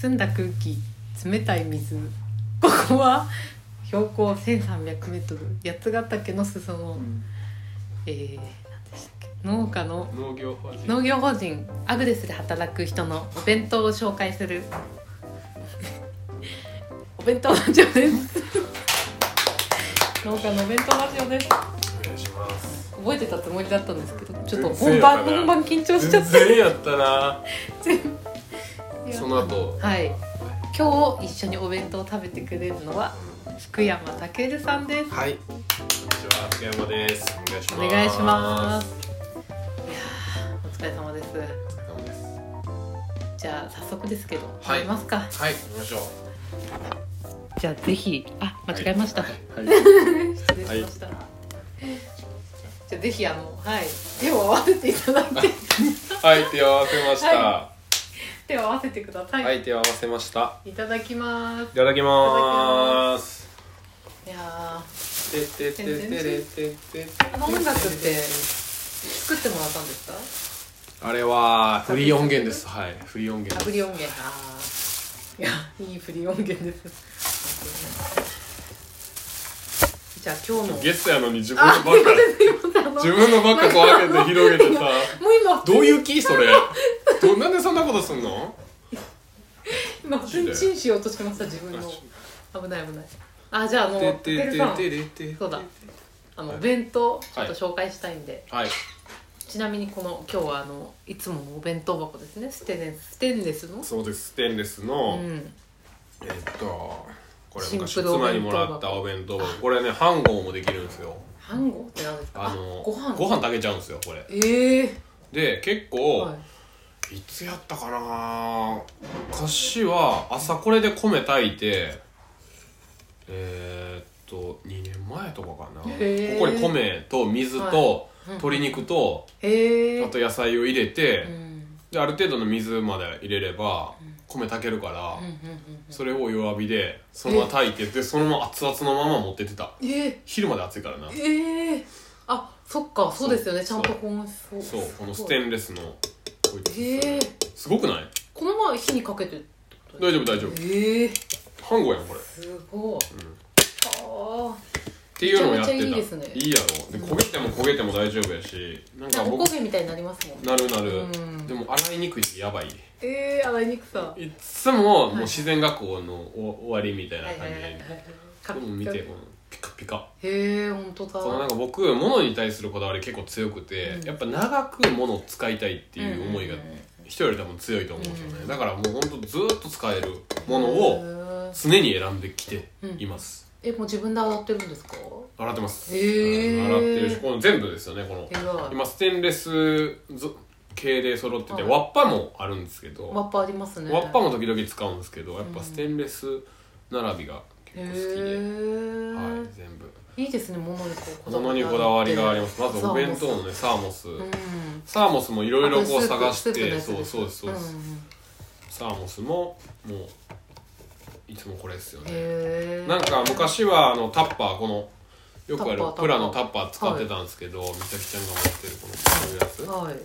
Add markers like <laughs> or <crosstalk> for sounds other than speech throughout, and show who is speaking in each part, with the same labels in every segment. Speaker 1: 澄んだ空気冷たい水ここは標高 1300m 八ヶ岳の裾野、
Speaker 2: うん
Speaker 1: えー、何でしたっけ農家の
Speaker 2: 農業法人
Speaker 1: 農業法人アグレスで働く人のお弁当を紹介する <laughs> お弁当ラジオです <laughs> 農家のお弁当ラジオです
Speaker 2: お願いします
Speaker 1: 覚えてたつもりだったんですけどちょっと本
Speaker 2: 全然や
Speaker 1: 番
Speaker 2: ったな
Speaker 1: 本番緊張しちゃ
Speaker 2: 全
Speaker 1: って
Speaker 2: 然やったなその後
Speaker 1: はい今日一緒にお弁当を食べてくれるのは福山健さんです
Speaker 2: はいこんにちは福山ですお願いし
Speaker 1: お
Speaker 2: ます
Speaker 1: 願いしますいやーお疲れ様です
Speaker 2: どうもです
Speaker 1: じゃあ早速ですけど
Speaker 2: は
Speaker 1: 食
Speaker 2: い
Speaker 1: べますか
Speaker 2: はい行きましょう
Speaker 1: じゃあぜひあ間違えました、
Speaker 2: はい
Speaker 1: 失礼しました、じゃあぜひあのはい手を合わせていただい
Speaker 2: <laughs>
Speaker 1: て
Speaker 2: はい手を合わせました、
Speaker 1: は手を合わせてください、
Speaker 2: はい手を合わせました
Speaker 1: いただきます
Speaker 2: いただきまーす
Speaker 1: いや
Speaker 2: てってってってれってって
Speaker 1: ーこの音楽って作ってもらったんですか
Speaker 2: あれはフリー音源ですはいフリー音源
Speaker 1: あ
Speaker 2: です
Speaker 1: フリ音源あーいやいいフリ音源
Speaker 2: <laughs>
Speaker 1: ですじゃあ今日の
Speaker 2: ゲストやのに自分のばっか
Speaker 1: あの
Speaker 2: 自分のばっかこう開けて広げてさ
Speaker 1: もう今
Speaker 2: どういう気それ <laughs> どなんでそんなことすんの
Speaker 1: 今普通にチンしようとしてました自分の危ない危ないあじゃあもう
Speaker 2: て
Speaker 1: た
Speaker 2: って
Speaker 1: け
Speaker 2: っ
Speaker 1: る
Speaker 2: て
Speaker 1: さ
Speaker 2: っ
Speaker 1: ん
Speaker 2: てれって
Speaker 1: そうだあの
Speaker 2: はい
Speaker 1: お弁当ちょっと紹介したいんで、
Speaker 2: はい
Speaker 1: ちなみにこの今日はあのいつものお弁当箱ですねステンレスステンレスの
Speaker 2: そうですステンレス
Speaker 1: う
Speaker 2: の
Speaker 1: ん
Speaker 2: えっとこれ
Speaker 1: シンプル
Speaker 2: 昔妻にもらったお弁当これね飯盒もできるんですよ
Speaker 1: 飯盒って何ですか
Speaker 2: あの
Speaker 1: ご飯
Speaker 2: ご飯炊けちゃうんですよこれ
Speaker 1: ええ
Speaker 2: で結
Speaker 1: ー
Speaker 2: 構、
Speaker 1: はい
Speaker 2: いつやったかな歌詞は朝これで米炊いてえー、っと2年前とかかなこ
Speaker 1: へー
Speaker 2: こに米と水と
Speaker 1: いうん
Speaker 2: 鶏肉と
Speaker 1: ええ
Speaker 2: あと野菜を入れて
Speaker 1: うん
Speaker 2: である程度の水まで入れれば米炊けるから
Speaker 1: うんうんうん
Speaker 2: それを弱火でそのまま炊いてでそのまま熱々のまま持ってってた
Speaker 1: えー、
Speaker 2: 昼まで熱いからな
Speaker 1: ええあそっかそうですよねちゃ
Speaker 2: そ
Speaker 1: ん
Speaker 2: う
Speaker 1: と保温しそう
Speaker 2: そうこのステ
Speaker 1: ン
Speaker 2: ンレスのこいつ
Speaker 1: ええー、
Speaker 2: すごくない
Speaker 1: このまま火にかけてってこと
Speaker 2: 大
Speaker 1: です
Speaker 2: 丈夫大丈夫
Speaker 1: ええー、
Speaker 2: 半合やんこれ
Speaker 1: すごい、ああ
Speaker 2: っていうのをやってた
Speaker 1: めちゃめちゃいいですね
Speaker 2: いいやろで焦げても焦げても大丈夫やしなん
Speaker 1: な
Speaker 2: か
Speaker 1: んかお
Speaker 2: 僕
Speaker 1: こげみたいになりますもんね
Speaker 2: なるなる、
Speaker 1: うん
Speaker 2: でも洗いにくいしやばい
Speaker 1: ええー、洗いにくさ
Speaker 2: いっつもも
Speaker 1: いう
Speaker 2: 自然学校のお終わりみたいな
Speaker 1: はい
Speaker 2: 感
Speaker 1: はい
Speaker 2: じ
Speaker 1: はいはいカ
Speaker 2: で
Speaker 1: ピ
Speaker 2: も
Speaker 1: ッ
Speaker 2: 見
Speaker 1: カピ
Speaker 2: てこのピカピカ
Speaker 1: へえ本当だ
Speaker 2: このなんか僕物に対するこだわり結構強くて、
Speaker 1: うん
Speaker 2: やっぱ長く物を使いたいっていう思いが
Speaker 1: うんうんうん
Speaker 2: 人より多分強いと思うんですよね、
Speaker 1: うん
Speaker 2: だからもうほんとずっと使えるものを
Speaker 1: へー
Speaker 2: 常に選んできています、
Speaker 1: えもう自分で洗ってるんですか
Speaker 2: 洗ってます、
Speaker 1: へー
Speaker 2: うん洗ってるしこの全部ですよねこの
Speaker 1: えらい
Speaker 2: 今ステンレス系で揃ってて、
Speaker 1: はい
Speaker 2: ワッパもあるんですけど、
Speaker 1: ワッパありますね
Speaker 2: ワッパも時々使うんですけどやっぱ
Speaker 1: うん
Speaker 2: ステンレス並びが
Speaker 1: へえ、
Speaker 2: 結構好きで、はい、全部
Speaker 1: い、いですね物にこう
Speaker 2: 物にこだわりがありますまずお弁当
Speaker 1: の
Speaker 2: のねサーモス、
Speaker 1: うん
Speaker 2: サーモスもいろいろこ
Speaker 1: あ
Speaker 2: う
Speaker 1: れスープ
Speaker 2: 探
Speaker 1: ス
Speaker 2: し
Speaker 1: ープの
Speaker 2: て
Speaker 1: やつ
Speaker 2: そう
Speaker 1: です
Speaker 2: そうですそう
Speaker 1: うんう
Speaker 2: で
Speaker 1: んう
Speaker 2: す、
Speaker 1: ん
Speaker 2: サーモスももういつもこれですよね
Speaker 1: へえ
Speaker 2: なんか昔はあのタッパーこのよくある
Speaker 1: タッパー
Speaker 2: プラの
Speaker 1: タッ
Speaker 2: タッパー使ってたんですけど、みさきちゃんが持ってるこのこういうや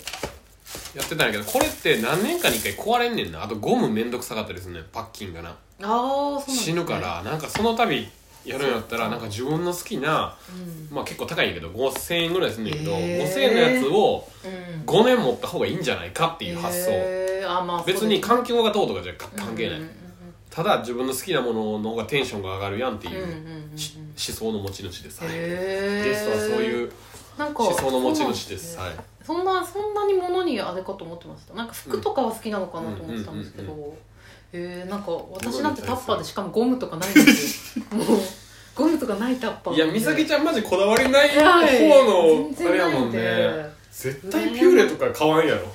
Speaker 1: は
Speaker 2: つ
Speaker 1: い
Speaker 2: やってたんやけどこれって何年かに一回壊れんねんなあとゴムめんどくさかったりするねんパッキンがな
Speaker 1: ああそうなんですね
Speaker 2: 死ぬからなんかその度やるんやったらなんか自分の好きな
Speaker 1: うん
Speaker 2: まあ結構高いんやけど5000円ぐらいすんねんけど、
Speaker 1: へー
Speaker 2: 5000円のやつを
Speaker 1: うん
Speaker 2: 5年持った方がいいんじゃないかっていう発想、
Speaker 1: へーあまあ
Speaker 2: 別に環境がどうとかじゃ関係ない、
Speaker 1: うんうん
Speaker 2: ただ自分の好きなものの方がテンションが上がるやんってい
Speaker 1: うんうん
Speaker 2: う
Speaker 1: うんうん
Speaker 2: し思想の持ち主です、はい
Speaker 1: へえ
Speaker 2: ゲストはそういう
Speaker 1: なんか
Speaker 2: 思想の持ち主です
Speaker 1: そうなん
Speaker 2: はい
Speaker 1: すねそんなそんなに物にあれかと思ってましたなんか服とかは好きなのかなと思ってたんですけ
Speaker 2: う
Speaker 1: どえー、なんか私なんてタッパーでしかもゴムとかないんです
Speaker 2: <laughs>
Speaker 1: よもうゴムとかないタッパー
Speaker 2: いや美咲
Speaker 1: ち
Speaker 2: ちゃんマジこだわりない方
Speaker 1: はい
Speaker 2: の
Speaker 1: 全
Speaker 2: あれ
Speaker 1: 然
Speaker 2: や
Speaker 1: ない
Speaker 2: も
Speaker 1: ん
Speaker 2: ん
Speaker 1: で
Speaker 2: ね絶対ピューレとか買わん
Speaker 1: <laughs>
Speaker 2: やろ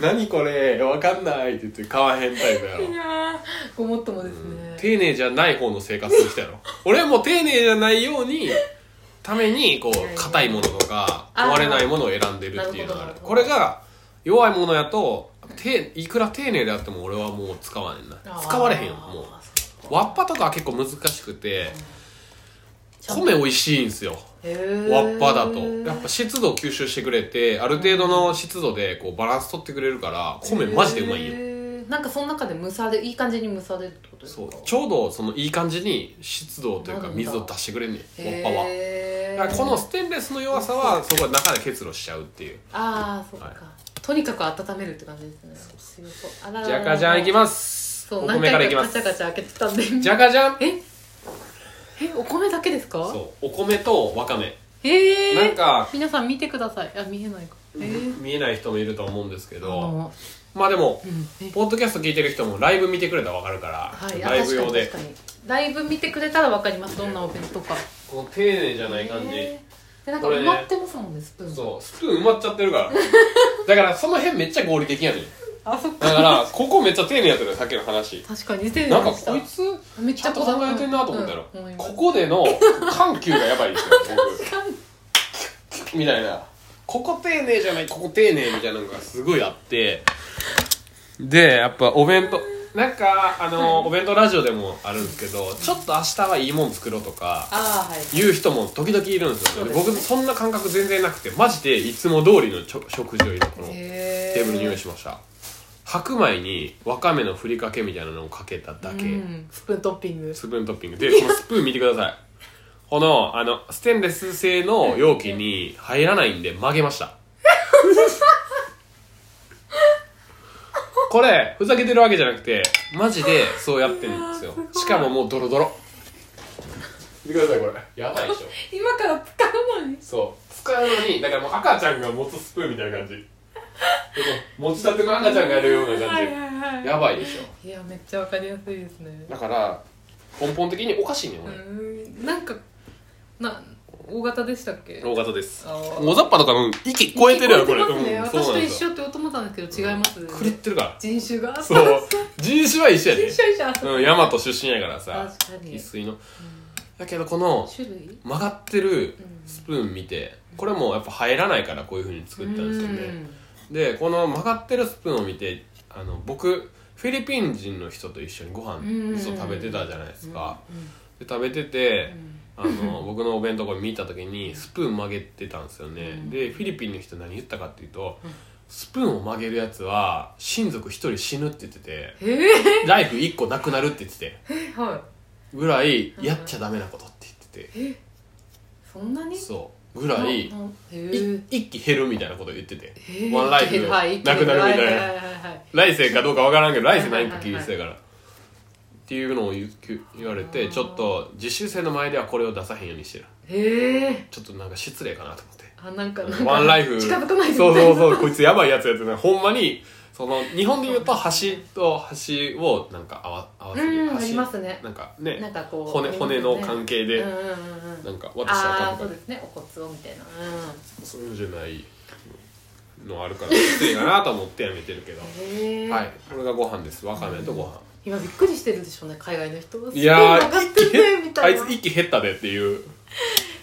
Speaker 2: 何これわかんないって言って買わへんタイプやろ
Speaker 1: いやーごもっともですね、
Speaker 2: 丁寧じゃない方の生活してきたやろ俺はもう丁寧じゃないようにためにこ
Speaker 1: はいはいう
Speaker 2: 硬いものとか
Speaker 1: あー
Speaker 2: 壊れないものを選んでるっていうのがあ
Speaker 1: なる
Speaker 2: る
Speaker 1: ほど
Speaker 2: これが弱いものやとていくら丁寧であっても俺はもう使わねんな
Speaker 1: あー
Speaker 2: 使われへんよもうワッパとかは結構難しくて米美味しいんすよ
Speaker 1: へー
Speaker 2: ワッパだとやっぱ湿度を吸収してくれてある程度の湿度でこうバランス取ってくれるから米マジでうまいんよ
Speaker 1: へーなんかその中で蒸されいい感じに蒸されるってことですか
Speaker 2: そうちょうどそのいい感じに湿度というか
Speaker 1: なるんだ
Speaker 2: 水を出してくれんねん
Speaker 1: へ
Speaker 2: モッパは
Speaker 1: ー
Speaker 2: だからこのステンレスの弱さはそこは中で結露しちゃうっていう
Speaker 1: ああそっか、
Speaker 2: はい
Speaker 1: とにかく温めるって感じですね強そうあららら
Speaker 2: じゃかじゃんいきます
Speaker 1: そ
Speaker 2: お
Speaker 1: う何
Speaker 2: 米からい
Speaker 1: 回
Speaker 2: き
Speaker 1: か
Speaker 2: ま
Speaker 1: カチ
Speaker 2: す
Speaker 1: ャカチャ開けてたんで
Speaker 2: じゃかじゃん
Speaker 1: ええお米だけですか
Speaker 2: そうお米とわかめ
Speaker 1: ええー、
Speaker 2: なんか
Speaker 1: 皆さん見てくださいあ見えないかええー、
Speaker 2: 見えない人もいると思うんですけ
Speaker 1: あ
Speaker 2: ど
Speaker 1: の
Speaker 2: まあでも
Speaker 1: うんえ
Speaker 2: ポッドキャスト聞いてる人もライブ見てくれたらわかるから
Speaker 1: はいあ
Speaker 2: ライブ用で
Speaker 1: 確かに確かにライブ見てくれたらわかりますどんなお弁当か
Speaker 2: この丁寧じゃない感じ
Speaker 1: えーでなんか
Speaker 2: これ
Speaker 1: 埋
Speaker 2: ね
Speaker 1: まってますもんねスプーン
Speaker 2: そうスプーン埋まっちゃってるからだからその辺めっちゃ合理的やねん
Speaker 1: あそっか
Speaker 2: だからここめっちゃ丁寧やってるさっきの話
Speaker 1: 確かに丁寧で
Speaker 2: なんか
Speaker 1: した
Speaker 2: こいつ
Speaker 1: めっ
Speaker 2: ちゃんと考えてんなと思ったやろ、
Speaker 1: うんうん思いま
Speaker 2: こ
Speaker 1: す
Speaker 2: こで
Speaker 1: <laughs>
Speaker 2: の緩急がやばいですよ
Speaker 1: 確かに <laughs>
Speaker 2: 僕みたいなここ丁寧じゃないここ丁寧みたいなのがすごいあってでやっぱお弁当なんかあの、お弁当ラジオでもあるんですけどちょっと明日はいいもん作ろうとか
Speaker 1: ああはい
Speaker 2: 言う人も時々いるんですよ、ね、
Speaker 1: そうですね
Speaker 2: 僕そんな感覚全然なくてマジでいつも通りのちょ食事を今このテ
Speaker 1: へ
Speaker 2: ーブルに用意
Speaker 1: し
Speaker 2: しました白米にわかめのふりかけみたいなのをかけただけ、
Speaker 1: スプーントッピング
Speaker 2: スプーントッピングでこのスプーン見てくださいこのあのステンレス製の容器に入らないんで曲げましたこれふざけてるわけじゃなくてマジでそうやってるんですよしかももうドロドロ見てくださいこれやばいでしょ
Speaker 1: 今から使うのに
Speaker 2: そう使うのにだからもう赤ちゃんが持つスプーンみたいな感じでこう持ちたての赤ちゃんがやるような
Speaker 1: は
Speaker 2: 感
Speaker 1: いはいはい
Speaker 2: じやばいでしょ
Speaker 1: いやめっちゃわかりやすいですね
Speaker 2: だから根本的におかしいね
Speaker 1: う
Speaker 2: 俺、
Speaker 1: ーんなんかな大型でしたっけ
Speaker 2: 大型です
Speaker 1: あー
Speaker 2: 大雑把とかの息超えてるやろこれ
Speaker 1: 聞こえて
Speaker 2: うん
Speaker 1: ます
Speaker 2: そう
Speaker 1: ね私と
Speaker 2: なんで
Speaker 1: 一
Speaker 2: すよ
Speaker 1: 緒って音もたんですけど違います
Speaker 2: 狂ってるから
Speaker 1: 人種が
Speaker 2: そう人種は一緒や
Speaker 1: 人
Speaker 2: で
Speaker 1: 種一緒あ
Speaker 2: うん大和出身やからさ
Speaker 1: 確かに
Speaker 2: 生粋のだけどこの
Speaker 1: 種類
Speaker 2: 曲がってる
Speaker 1: うん
Speaker 2: スプーン見てこれもやっぱ入らないからこういう風に作ったんですよ
Speaker 1: う
Speaker 2: ね
Speaker 1: ん
Speaker 2: でこの曲がってるスプーンを見てあの僕フィリピン人の人と一緒にご飯
Speaker 1: うん
Speaker 2: そう食べてたじゃないですか
Speaker 1: う
Speaker 2: で食べて
Speaker 1: ん
Speaker 2: て
Speaker 1: うん
Speaker 2: あの僕のお弁当これ見た時にスプーン曲げてたんですよね、
Speaker 1: うん
Speaker 2: でフィリピンの人何言ったかっていうと、
Speaker 1: うん
Speaker 2: スプーンを曲げるやつは親族一人死ぬって言ってて
Speaker 1: ええ
Speaker 2: ライフ一個なくなるって言ってて
Speaker 1: はい
Speaker 2: ぐらい
Speaker 1: うん
Speaker 2: やっちゃダメなことって言ってて、
Speaker 1: えそんなに
Speaker 2: そうぐらい、
Speaker 1: ななへ
Speaker 2: い
Speaker 1: ー
Speaker 2: 一気減るみたいなこと言ってて、
Speaker 1: へー
Speaker 2: ワンラ
Speaker 1: 生
Speaker 2: イ
Speaker 1: きて
Speaker 2: フ
Speaker 1: る
Speaker 2: な
Speaker 1: はい
Speaker 2: くなるみたいな、
Speaker 1: はいはいはいはい
Speaker 2: 来世かどうかわからんけど来世ないんか
Speaker 1: はいはい
Speaker 2: 聞い
Speaker 1: はい
Speaker 2: てたから、っていうのを言う言われ
Speaker 1: あ
Speaker 2: て
Speaker 1: ー
Speaker 2: ちょっと実習生の前ではこれを出さへんようにしてる
Speaker 1: へえ
Speaker 2: ちょっとなんか失礼かなと思って
Speaker 1: あなんかなんか
Speaker 2: ワンライフ。
Speaker 1: 近づかないで
Speaker 2: そうそうそう、こいつやばいやつやってね、ほんまに、その、日本で言うと、橋と橋を、なんか合わ、合わせる。
Speaker 1: うん
Speaker 2: 橋
Speaker 1: ありますね
Speaker 2: なんか
Speaker 1: な
Speaker 2: ね
Speaker 1: ん、かこう
Speaker 2: 骨、骨の関係
Speaker 1: 係 <laughs>
Speaker 2: で
Speaker 1: うん、うんうんうん
Speaker 2: なんか、私は
Speaker 1: あ
Speaker 2: あ
Speaker 1: あ
Speaker 2: か
Speaker 1: そ
Speaker 2: ん
Speaker 1: うで
Speaker 2: とか、
Speaker 1: すねお骨をみたいなう
Speaker 2: そういうんじゃないのあるから、失礼かなと思ってやめてるけど。
Speaker 1: んへえ、
Speaker 2: はい、これがご飯です。わかめとご飯。
Speaker 1: 今びっくりしてるでしょうね海外の人
Speaker 2: いや
Speaker 1: すごい
Speaker 2: ー、
Speaker 1: 曲がって
Speaker 2: 一
Speaker 1: ん
Speaker 2: 気
Speaker 1: ね
Speaker 2: 減
Speaker 1: み
Speaker 2: ったあ
Speaker 1: い
Speaker 2: い
Speaker 1: な
Speaker 2: つ息減ったでっていう。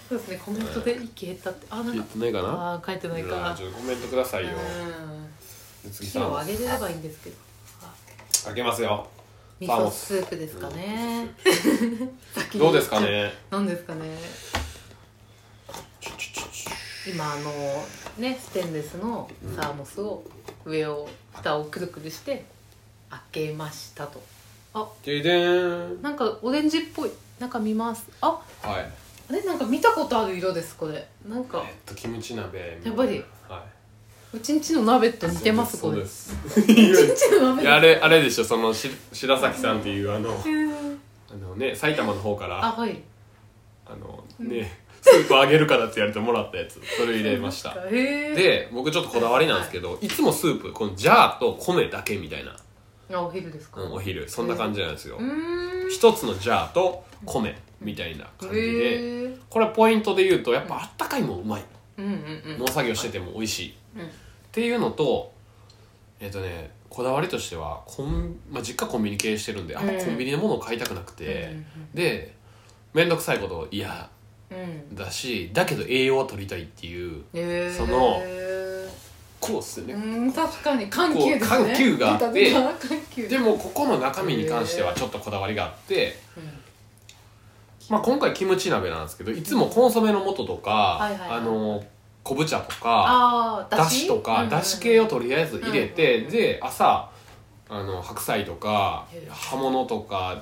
Speaker 1: そうですねコメントで一気減ったってあなん
Speaker 2: 言っ
Speaker 1: か
Speaker 2: てないかな
Speaker 1: あー書いてない
Speaker 2: いや
Speaker 1: か
Speaker 2: ーちょっとコメントくださ
Speaker 1: う
Speaker 2: いよ。
Speaker 1: ん
Speaker 2: 次
Speaker 1: 火
Speaker 2: さん、
Speaker 1: を
Speaker 2: か
Speaker 1: 上げれればいいんですけどあ
Speaker 2: けますよ。
Speaker 1: 味
Speaker 2: パン
Speaker 1: 噌
Speaker 2: を
Speaker 1: スープですかね先に
Speaker 2: どうですかね。
Speaker 1: 何ですかね今あのねステンレスのサーモスを上を蓋をくるくるして開けましたと
Speaker 2: ででーん。
Speaker 1: なんかオレンジっぽい中見ますあ
Speaker 2: はい。
Speaker 1: あれなんか見たことある色ですこれなんか
Speaker 2: えっとキムチ鍋
Speaker 1: やっぱり
Speaker 2: は
Speaker 1: うちんちの鍋と
Speaker 2: い
Speaker 1: 似てます
Speaker 2: そ
Speaker 1: こ
Speaker 2: う
Speaker 1: れうち
Speaker 2: です
Speaker 1: んちの鍋
Speaker 2: いやあれあれでしょそのし白崎さんっていうあの
Speaker 1: うん
Speaker 2: あのね埼玉の方から
Speaker 1: あ
Speaker 2: あ
Speaker 1: はい
Speaker 2: のねスープあげるからって言われてもらったやつそれ入れました
Speaker 1: へえ
Speaker 2: で僕ちょっとこだわりなんですけどいつもスープこのジャーと米だけみたいな、
Speaker 1: あお昼ですか
Speaker 2: うん、お
Speaker 1: う
Speaker 2: 昼そんな感じなんですよ
Speaker 1: ーん
Speaker 2: 一つのジャーと米みたいな感じで
Speaker 1: へえ
Speaker 2: これポイントで言うとやっぱあったかいもんうまい
Speaker 1: うんうん
Speaker 2: 農作業してても美味しい
Speaker 1: うんうん
Speaker 2: っていうのとえっ、とねこだわりとしてはコン、まあ、実家コンビニ経営してるんであんま
Speaker 1: うん
Speaker 2: コンビニのものを買いたくなくて、で面倒くさいこと嫌
Speaker 1: うんうん
Speaker 2: だしだけど栄養は取りたいっていう
Speaker 1: へえ
Speaker 2: そのこうっすよね、
Speaker 1: うん確かに緩急ですね
Speaker 2: 緩急があって
Speaker 1: 出た出た緩急
Speaker 2: でもここの中身に関してはちょっとこだわりがあって、まあ、今回キムチ鍋なんですけどいつもコンソメの素とか、
Speaker 1: いはいはい
Speaker 2: あの昆布茶とか
Speaker 1: ああ
Speaker 2: だしとかだし系をとりあえず入れ
Speaker 1: うん
Speaker 2: て、
Speaker 1: うんうん
Speaker 2: で朝ああの白菜とか
Speaker 1: へえ
Speaker 2: 葉物とか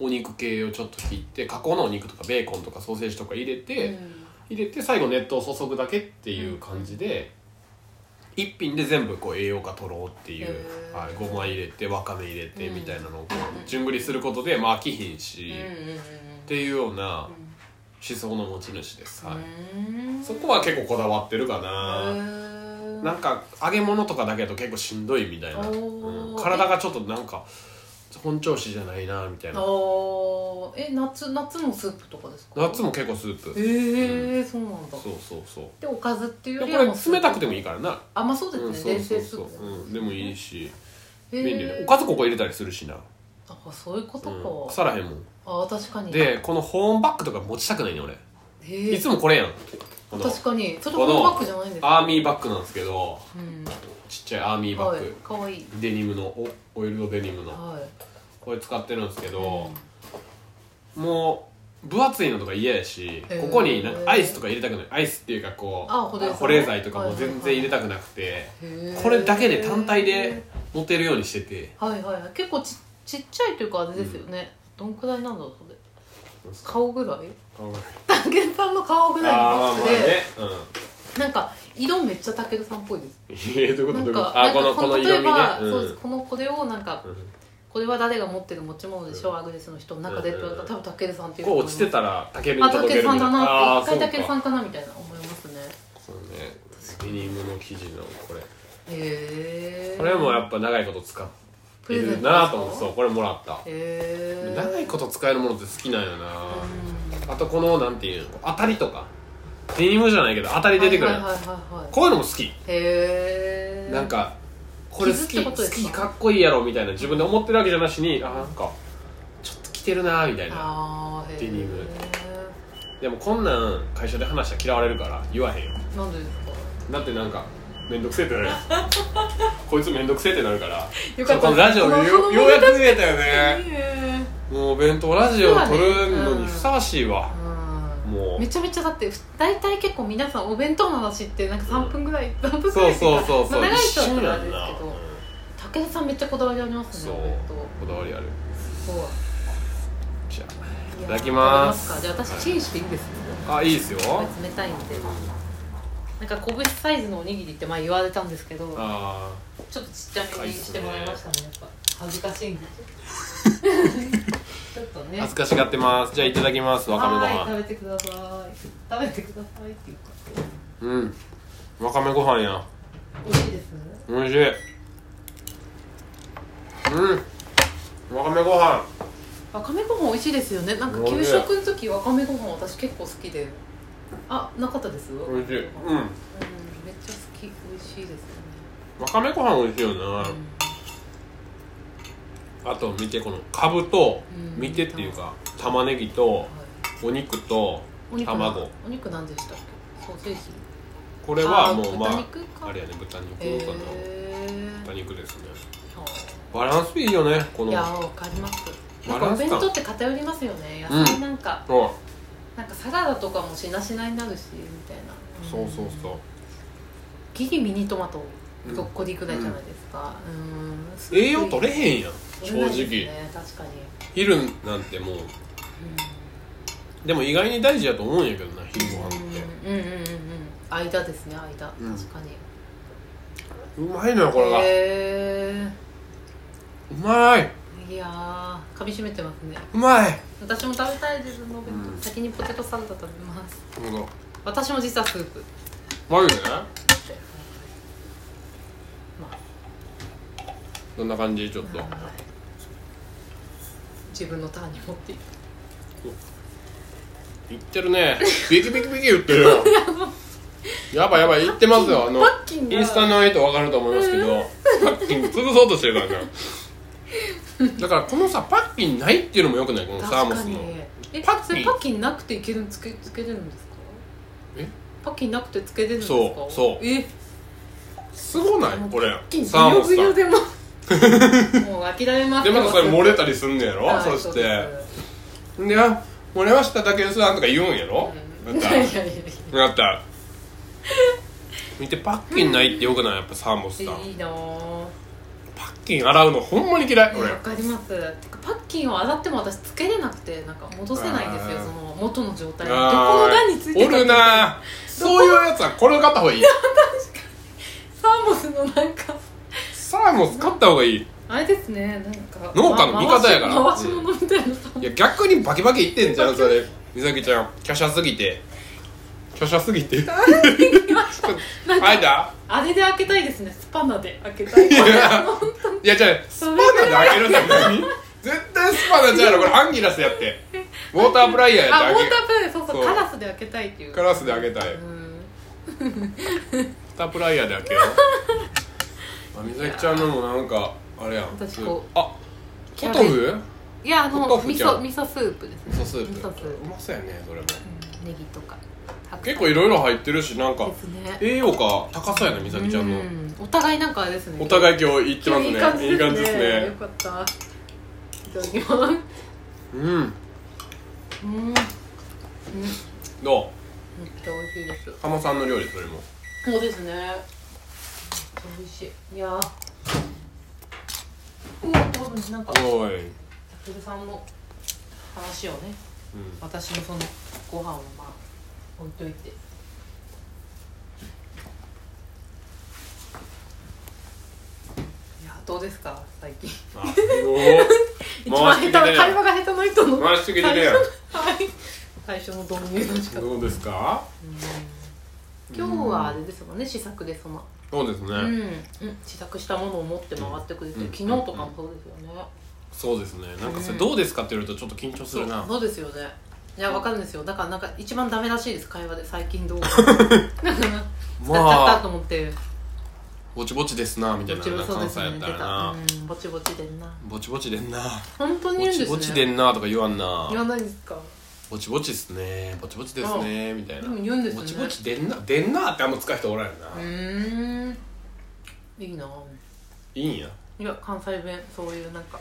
Speaker 2: お肉系をちょっと切って加工のお肉とかベーコンとかソーセージとか入れて、
Speaker 1: うん
Speaker 2: 入れて最後熱湯を注ぐだけっていう感じで、一品で全部こう栄養価取ろうっていう
Speaker 1: へ、ー
Speaker 2: はい、ごま入れてわかめ入れて
Speaker 1: うん
Speaker 2: みたいなのをこう順繰りすることで、まあ、飽きひんし、
Speaker 1: うんうんうんうん
Speaker 2: っていうような思想の持ち主です、はい
Speaker 1: うん
Speaker 2: そこは結構こだわってるかな、
Speaker 1: へー
Speaker 2: なんか揚げ物とかだけだと結構しんどいみたいな、
Speaker 1: おー
Speaker 2: うん体がちょっとなんか本調子じゃないなみたいな
Speaker 1: ああえ夏夏もスープとかですか
Speaker 2: 夏も結構スープ、
Speaker 1: ええー、そうなんだ
Speaker 2: そうそうそう
Speaker 1: でおかずっていうよ
Speaker 2: でも
Speaker 1: り
Speaker 2: こ
Speaker 1: は
Speaker 2: れ
Speaker 1: もうスープ
Speaker 2: 冷たくてもいいからな
Speaker 1: あまあそうですね、
Speaker 2: うん、そ
Speaker 1: 冷
Speaker 2: うそう
Speaker 1: 製ス
Speaker 2: そ
Speaker 1: ー
Speaker 2: う
Speaker 1: プ、
Speaker 2: うん、でもいいし
Speaker 1: へー
Speaker 2: 便利ねおかずここ入れたりするしな、
Speaker 1: あそういうこ
Speaker 2: う
Speaker 1: と
Speaker 2: ん、
Speaker 1: か、
Speaker 2: 腐らへんもん
Speaker 1: あ確かに
Speaker 2: でこの保温バッグとか持ちたくないね俺
Speaker 1: へ
Speaker 2: い
Speaker 1: ー
Speaker 2: つもこれやんこの
Speaker 1: 確かにそれ
Speaker 2: こ
Speaker 1: ホ
Speaker 2: の
Speaker 1: ームバッグじゃないんですか
Speaker 2: アーミーバッグなんですけど
Speaker 1: うん
Speaker 2: ちっちゃいアーミーバ
Speaker 1: は
Speaker 2: ッ
Speaker 1: い
Speaker 2: グ、
Speaker 1: かわいい
Speaker 2: デニムのおオイルドデニムの
Speaker 1: は
Speaker 2: これ使ってるんですけ
Speaker 1: い
Speaker 2: ど、もう分厚いのとか嫌やし、
Speaker 1: えー
Speaker 2: ここになんかアイスとか入れたくないアイスっていうかこう
Speaker 1: あ保冷剤
Speaker 2: 保冷剤とかも全然入れたくなくて、
Speaker 1: へー
Speaker 2: これだけで単体で持てるようにしてて
Speaker 1: はいはいはい結構ちちっちゃいというかあれですよね、どんくらいなんだろうそれ顔ぐらい武田さんの顔ぐらいの
Speaker 2: あ
Speaker 1: バ
Speaker 2: あ
Speaker 1: ッ
Speaker 2: ま
Speaker 1: グ
Speaker 2: あ
Speaker 1: で、
Speaker 2: ねうん <laughs>
Speaker 1: なんか色めっちゃ武田さんっぽいです
Speaker 2: えーどういうこと
Speaker 1: なん
Speaker 2: どういうこ
Speaker 1: か
Speaker 2: とあこの
Speaker 1: なんか
Speaker 2: この色
Speaker 1: 例え
Speaker 2: 味ね
Speaker 1: ば、
Speaker 2: うん
Speaker 1: そうですこのこれをなんか
Speaker 2: うん
Speaker 1: これは誰が持ってる持ち物でしょう、アグネスの人の中でって言われたら
Speaker 2: う
Speaker 1: 多分たけるさんっていう
Speaker 2: こう落ちてたらタケルに
Speaker 1: あた
Speaker 2: 届
Speaker 1: ける
Speaker 2: ける
Speaker 1: さん
Speaker 2: みた
Speaker 1: だ
Speaker 2: い
Speaker 1: な
Speaker 2: な
Speaker 1: って一回たけるさ
Speaker 2: ん
Speaker 1: んかなみたいな思いますね
Speaker 2: そうねデニムの生地のこれ
Speaker 1: へえ
Speaker 2: これもやっぱ長いこと使っ
Speaker 1: プ
Speaker 2: て
Speaker 1: レゼン
Speaker 2: る
Speaker 1: トです
Speaker 2: な
Speaker 1: か
Speaker 2: と思ってそうこれもらった
Speaker 1: へえ
Speaker 2: 長いこと使えるものって好きなんよ
Speaker 1: う
Speaker 2: なあとこのなんていうの当たりとかデニムじゃないけど当たり出てくる
Speaker 1: はいはいはいはいはい
Speaker 2: こういうのも好き
Speaker 1: へえ
Speaker 2: なんかこれ好
Speaker 1: 傷っ
Speaker 2: き
Speaker 1: て
Speaker 2: 好
Speaker 1: ことですか
Speaker 2: きかっこいいやろみたいな自分で思ってるわけじゃなしにあなんかちょっと着てるなみたいな
Speaker 1: ああへえ
Speaker 2: デニムでもこんなん会社で話したら嫌われるから言わへんよ
Speaker 1: なんでですか
Speaker 2: だってなんか面倒くせえってな
Speaker 1: <laughs>
Speaker 2: るこいつ面倒くせえってなるから
Speaker 1: よかった
Speaker 2: そうこのラジオ
Speaker 1: その
Speaker 2: よ
Speaker 1: その
Speaker 2: ようやく見えたよね
Speaker 1: ね
Speaker 2: もうお弁当ラジオを撮るのにふさわしいわ、
Speaker 1: うん
Speaker 2: もう
Speaker 1: めちゃめちゃだってふ大体結構皆さんお弁当の話ってなんか3分ぐらい、3分ぐら
Speaker 2: そ
Speaker 1: いう
Speaker 2: そうそうそう
Speaker 1: まあ長い
Speaker 2: 一
Speaker 1: 人だっ
Speaker 2: 緒
Speaker 1: たらあ
Speaker 2: や
Speaker 1: れで
Speaker 2: ん
Speaker 1: す
Speaker 2: な、
Speaker 1: けど
Speaker 2: うん
Speaker 1: 武田さんめっちゃこだわりあります
Speaker 2: そ
Speaker 1: ね
Speaker 2: う
Speaker 1: お弁当
Speaker 2: こだわりある
Speaker 1: すごい
Speaker 2: じゃあ
Speaker 1: いや
Speaker 2: いただきま
Speaker 1: 食
Speaker 2: す
Speaker 1: べかじゃあ私チンしていいです
Speaker 2: あいいですよ
Speaker 1: 冷たいんでなんか拳サイズのおにぎりって前言われたんですけど
Speaker 2: ああ
Speaker 1: ちょっとちっちゃめにしてもらいましたねやっぱ恥ずか <laughs> しいんでちょっとね
Speaker 2: 恥ずかしがってますじゃあいただきますわかめご
Speaker 1: は
Speaker 2: 飯
Speaker 1: い食べてください食べてくださいっていうか
Speaker 2: うんわかめご飯や
Speaker 1: 美味しいです
Speaker 2: 美味しいうんわかめご飯
Speaker 1: わかめご飯美味しいですよねなんか
Speaker 2: おいしい
Speaker 1: 給食の時わかめご飯私結構好きであなかったですうんめっ
Speaker 2: 美味しいう
Speaker 1: ちゃ
Speaker 2: ん
Speaker 1: 好き美味しいですよね
Speaker 2: わかめご飯美味しいよねあと見てこのかぶと
Speaker 1: うん
Speaker 2: 見てっていうか玉ねぎと
Speaker 1: はい
Speaker 2: お肉と
Speaker 1: お肉な
Speaker 2: 卵
Speaker 1: お肉なんでしたっけソーセージ
Speaker 2: これは
Speaker 1: あー
Speaker 2: もうま
Speaker 1: 豚肉か
Speaker 2: ああれやね豚肉
Speaker 1: へ
Speaker 2: かな
Speaker 1: え
Speaker 2: 豚肉ですねバランスいいよねこ
Speaker 1: い
Speaker 2: の
Speaker 1: やわかりますなんか
Speaker 2: バラ
Speaker 1: お
Speaker 2: ンス感
Speaker 1: 弁当って偏りますよね
Speaker 2: うん
Speaker 1: 野菜なんか、
Speaker 2: そう
Speaker 1: なんかサラダとかもしなしなになるしみたいな、
Speaker 2: そうそう
Speaker 1: う
Speaker 2: そう
Speaker 1: ギリミニトマト
Speaker 2: うん
Speaker 1: ブロッコリーくらいじゃないですかうん
Speaker 2: 栄養取れへんやん
Speaker 1: 取れ
Speaker 2: 正
Speaker 1: ないです
Speaker 2: 直
Speaker 1: ね確かに、
Speaker 2: 昼なんてもうでも意外に大事やと思うんやけどな昼ご飯って
Speaker 1: うん、うんうんうんうん間ですね間、
Speaker 2: うん
Speaker 1: 確かに
Speaker 2: うまいのよこれがう
Speaker 1: へ
Speaker 2: まい
Speaker 1: えいやー噛みしめてますね
Speaker 2: うまい
Speaker 1: 私も食べたいですの弁当、
Speaker 2: うん
Speaker 1: 先にポテトサラダ食べます
Speaker 2: ほんと
Speaker 1: 私も実はスープ
Speaker 2: マジで
Speaker 1: まあ
Speaker 2: どんな感じちょっと
Speaker 1: 自分のターンに持っていく
Speaker 2: いってるねビキビキビキ言ってるよ
Speaker 1: <laughs>
Speaker 2: やばいやばい言ってますよあの
Speaker 1: パッキンが
Speaker 2: インスタの人分かると思いますけどパッキン潰そうとしてるからな
Speaker 1: <laughs>
Speaker 2: だからこのさパッキンないっていうのもよくないこのサー
Speaker 1: 確
Speaker 2: モ
Speaker 1: か
Speaker 2: ス
Speaker 1: に
Speaker 2: の
Speaker 1: え
Speaker 2: パッキン
Speaker 1: それパッキンなくていけるつけつけれるんですか
Speaker 2: え
Speaker 1: パッキンなくてつけれるんですか
Speaker 2: そうそう
Speaker 1: え
Speaker 2: すごないこれ
Speaker 1: パッキン
Speaker 2: サー
Speaker 1: ぐよぐよ
Speaker 2: モスさんで
Speaker 1: で
Speaker 2: <laughs>
Speaker 1: ももう諦めます
Speaker 2: またそれ漏れた
Speaker 1: り
Speaker 2: りすんのやろそしてであ漏れましただけですなんとか言うんやろ、
Speaker 1: うん、い
Speaker 2: ま
Speaker 1: やいやいやい
Speaker 2: たまた見てパッキンないってよくないやっぱサーモスさん
Speaker 1: やいいなぁ
Speaker 2: パパッキン洗うのほんまに嫌い
Speaker 1: ね
Speaker 2: 俺
Speaker 1: わかりますてかパッキンを洗っても私つけれなくてなんか戻せないんですよ
Speaker 2: あー
Speaker 1: その元の状態にどこ
Speaker 2: あ
Speaker 1: の
Speaker 2: ー
Speaker 1: 段について
Speaker 2: お
Speaker 1: か
Speaker 2: るなそういうやつは転がった方がいい
Speaker 1: サーモスのなんか
Speaker 2: サーモン買った方がいい
Speaker 1: あれですねなんか
Speaker 2: 農家の味方やから
Speaker 1: ま回し回し物みたいな、
Speaker 2: いや逆にバキバキいってんじゃんそれ美咲ちゃん華奢すぎて華奢すぎて <laughs>
Speaker 1: なんか
Speaker 2: あれだ
Speaker 1: あれで開けたいですねスパナで開けたい
Speaker 2: いやいやじゃあスパナで開けるんだよ何絶対スパナじゃないのこれアンギラスや
Speaker 1: <laughs>
Speaker 2: ってウォータープライヤーや
Speaker 1: あウ
Speaker 2: って
Speaker 1: ォ
Speaker 2: 開
Speaker 1: ー
Speaker 2: け
Speaker 1: タープレイそうそう
Speaker 2: そう
Speaker 1: カラスで開けたいっていう
Speaker 2: カラスで開けたいウォ
Speaker 1: うん
Speaker 2: ータープライヤーで開けようあ美咲ちゃんのもなんかあれやん
Speaker 1: 私こう
Speaker 2: あトトフ
Speaker 1: いやあの
Speaker 2: ポップ
Speaker 1: 味
Speaker 2: ちゃ
Speaker 1: 噌
Speaker 2: ん
Speaker 1: 味噌スープですね
Speaker 2: 味噌スー
Speaker 1: 味噌
Speaker 2: プ
Speaker 1: スープ
Speaker 2: うまそうやねそれも
Speaker 1: うんネギとか
Speaker 2: 結構い
Speaker 1: ろ
Speaker 2: ろいろ入ってるしなんか
Speaker 1: ですね
Speaker 2: 栄養価高そうやね美咲ちゃんの
Speaker 1: うんお互いなんかあれですね
Speaker 2: お互い今日いって
Speaker 1: 今
Speaker 2: ま
Speaker 1: 日いい
Speaker 2: す
Speaker 1: 感じ
Speaker 2: ねいい感じです
Speaker 1: よ
Speaker 2: ね
Speaker 1: かったいただきます
Speaker 2: うん
Speaker 1: うんうんめっ
Speaker 2: ど
Speaker 1: ちゃ美味しいです
Speaker 2: う浜さんの料理それも
Speaker 1: そうですね美味しいいやーうわおなんか
Speaker 2: おい、うん、
Speaker 1: たくるさんの話をね私のそのご飯をまあ置いといていやどうですか最近
Speaker 2: あすごい
Speaker 1: 一番下手な
Speaker 2: 回しすぎてる
Speaker 1: 会話
Speaker 2: やん
Speaker 1: が下手な人の
Speaker 2: 回しすぎてるやん
Speaker 1: はい最初の導入の仕方、
Speaker 2: どうですか
Speaker 1: 今日はあれですもんね試作でその、
Speaker 2: そうですね、
Speaker 1: うんうん試作したものを持って回ってくれて、
Speaker 2: うん
Speaker 1: 昨日とかもそうですよね、
Speaker 2: そうですねなんかそれどうですかって言われるとちょっと緊張するな
Speaker 1: そうですよねいやわかるんですよだからなんか一番ダメらしいです会話で最
Speaker 2: <laughs>
Speaker 1: 近どう <laughs> なんか使っちゃったと <laughs>
Speaker 2: まあ
Speaker 1: 思って
Speaker 2: ぼちぼちですなみたい
Speaker 1: ぼ
Speaker 2: な
Speaker 1: ちぼちそうで
Speaker 2: 関
Speaker 1: す
Speaker 2: 西
Speaker 1: ね出
Speaker 2: やった
Speaker 1: た
Speaker 2: らな
Speaker 1: うんぼちぼちでんな
Speaker 2: ぼちぼちでんな
Speaker 1: 本当に
Speaker 2: ぼ
Speaker 1: 言うん
Speaker 2: ち
Speaker 1: ですね
Speaker 2: ぼちでんなとか言わんな
Speaker 1: 言わないんですか
Speaker 2: ぼちぼちですねぼちぼちですねみたい
Speaker 1: で
Speaker 2: な
Speaker 1: も言うんですね
Speaker 2: ぼちぼちでんなでんなってあんま使う人おらんよな
Speaker 1: うーんいいない
Speaker 2: いんや
Speaker 1: いや関西弁そういうなんか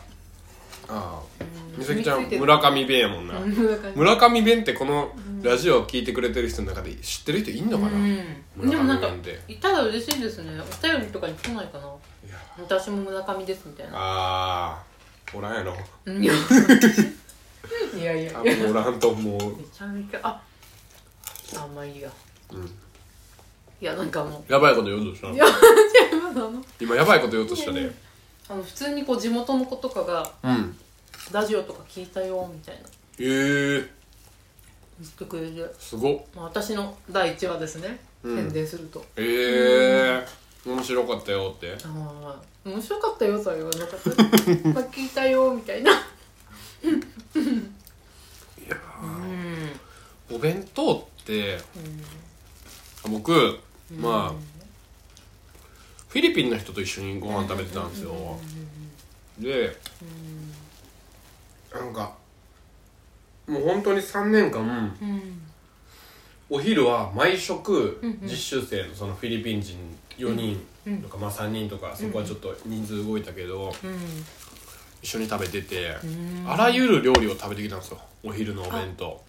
Speaker 2: ああ
Speaker 1: う
Speaker 2: 美咲ちゃん
Speaker 1: 染みついてる
Speaker 2: 村上弁やもんな
Speaker 1: うんなんか
Speaker 2: 村上弁ってこのラジオを聞いてくれてる人の中で知ってる人いんのかな、い
Speaker 1: うんでもなんか
Speaker 2: 村上弁
Speaker 1: いたら嬉しいですねお便りとかに来ないかな
Speaker 2: や
Speaker 1: 私も村上ですみたいな
Speaker 2: あーおらんやろ <laughs>
Speaker 1: うんい <laughs> やいやいや
Speaker 2: 多
Speaker 1: いや
Speaker 2: 分おらんと思う
Speaker 1: めちゃめちゃああんまりいいや、
Speaker 2: うん
Speaker 1: いやなんか
Speaker 2: <laughs>
Speaker 1: も
Speaker 2: やばいこと言おうとした
Speaker 1: うい
Speaker 2: な
Speaker 1: や違いますあの
Speaker 2: 今やばいこと言おうとしたね
Speaker 1: あの普通にこう地元の子とかが
Speaker 2: うん
Speaker 1: ラジオとか聞いたよみたいな
Speaker 2: ええー、
Speaker 1: 言ってくれる、
Speaker 2: すごっ
Speaker 1: まあ、私の第1話ですね、
Speaker 2: うん
Speaker 1: 宣伝すると
Speaker 2: ええー、面白かったよって
Speaker 1: ああ面白かったよとは言わな
Speaker 2: <laughs>
Speaker 1: かったまあ聞いたよみたいなうん
Speaker 2: お弁当って僕まあ、フィリピンの人と一緒にご飯食べてたんですよでなんかもう本当に3年間
Speaker 1: うんうん
Speaker 2: お昼は毎食
Speaker 1: うんうん
Speaker 2: 実習生のそのフィリピン人4人
Speaker 1: うん
Speaker 2: とかまあ3人とかそこはちょっと人数動いたけど
Speaker 1: うん
Speaker 2: 一緒に食べてて
Speaker 1: うん
Speaker 2: あらゆる料理を食べてきたんですよお昼のお弁当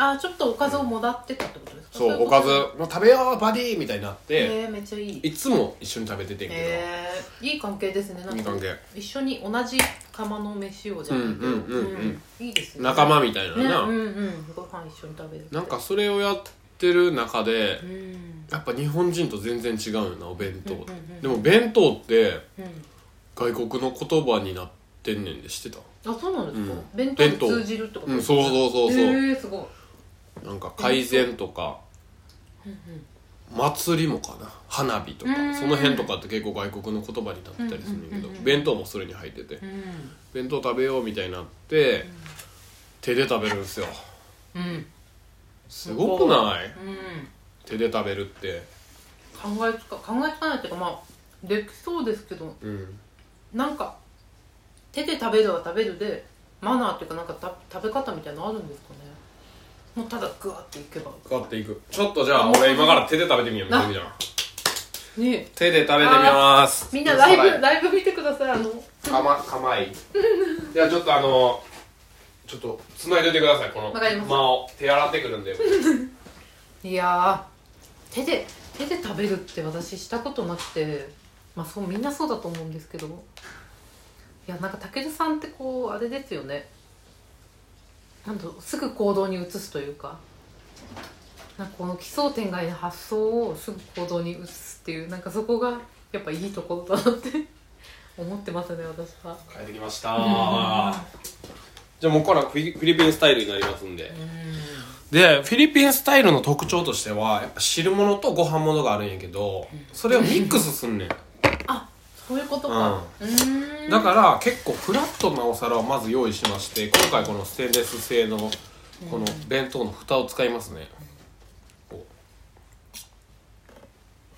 Speaker 1: あーちょっとおかずをもらってたってことですか
Speaker 2: そうおかず
Speaker 1: へ
Speaker 2: もう食べようバディみたいになって
Speaker 1: えー、めっちゃいい
Speaker 2: いつも一緒に食べててんけ
Speaker 1: えー、いい関係ですねなん
Speaker 2: ど
Speaker 1: か
Speaker 2: いい関係
Speaker 1: 一緒に同じ釜の飯をじゃないけど、
Speaker 2: うんうんうんうん
Speaker 1: いいですね
Speaker 2: 仲間みたいな
Speaker 1: ね
Speaker 2: な、
Speaker 1: うんうんご飯一緒に食べるって
Speaker 2: なんかそれをやってる中で
Speaker 1: うんうん
Speaker 2: やっぱ日本人と全然違うよなお弁当、
Speaker 1: うんうんうん
Speaker 2: でも弁当って
Speaker 1: うん
Speaker 2: 外国の言葉になってんねんで知ってた
Speaker 1: あそうなんですか、
Speaker 2: うん
Speaker 1: 弁当に通じるってこと
Speaker 2: うんそうそうそうそ
Speaker 1: へ
Speaker 2: う、
Speaker 1: えー、すごい、
Speaker 2: なんか改善とか
Speaker 1: うんうん、
Speaker 2: 祭りもかな花火とか
Speaker 1: うん
Speaker 2: その辺とかって結構外国の言葉になってたりするんだけど
Speaker 1: うんうんうんうん
Speaker 2: 弁当もそれに入ってて
Speaker 1: うん
Speaker 2: 弁当食べようみたいになって手で食べるんですよ
Speaker 1: うん
Speaker 2: すごくない
Speaker 1: うん
Speaker 2: 手で食べるって
Speaker 1: 考えつか考えつかないっていうかまあできそうですけど
Speaker 2: うん
Speaker 1: なんか手で食べるは食べるでマナーっていうかなんかた食べ方みたいなのあるんですかねもうただグワっていけば
Speaker 2: かかっていくちょっとじゃあ俺今から手で食べてみようみ
Speaker 1: な
Speaker 2: たいな
Speaker 1: ねえ
Speaker 2: 手で食べてみます
Speaker 1: みんなライブ
Speaker 2: か
Speaker 1: ライブ見てくださいあの
Speaker 2: まか
Speaker 1: <laughs>
Speaker 2: まいじゃあちょっとあのちょっと繋いでてくださいこの
Speaker 1: わかります
Speaker 2: 間を手洗ってくるんで
Speaker 1: いやー手で手で食べるって私したことなくてまあそうみんなそうだと思うんですけどいやなんか武田さんってこうあれですよねなんとすぐ行動に移すというかなんかこの奇想天外な発想をすぐ行動に移すっていうなんかそこがやっぱいいところだなって思ってますね私は。
Speaker 2: 帰ってきましたじゃあもうこれはフィフィリピンスタイルになりますんででフィリピンスタイルの特徴としてはやっぱ汁物とご飯物があるんやけどそれをミックスすんねん
Speaker 1: あそういうことか。うーん
Speaker 2: だから結構フラットなお皿をまず用意しまして今回このステンレス製のこの弁当の蓋を使いますねこ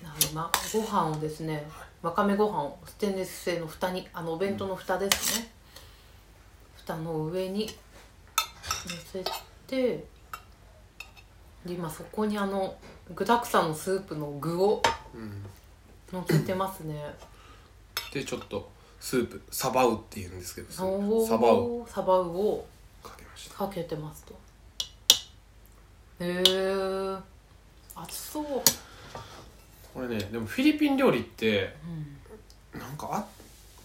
Speaker 1: あのまご飯をですねわかめご飯をステンレス製の蓋にあのお弁当の蓋ですね、蓋の上に乗せてで今そこにあの具沢山のスープの具を
Speaker 2: う、うん、
Speaker 1: 乗せてますね
Speaker 2: でちょっとスープサバウっていうんですけどサバ
Speaker 1: おー
Speaker 2: ウ
Speaker 1: サバウを
Speaker 2: かけました
Speaker 1: かけてますとへえ熱そう、
Speaker 2: これねでもフィリピン料理って
Speaker 1: うん
Speaker 2: なんかあ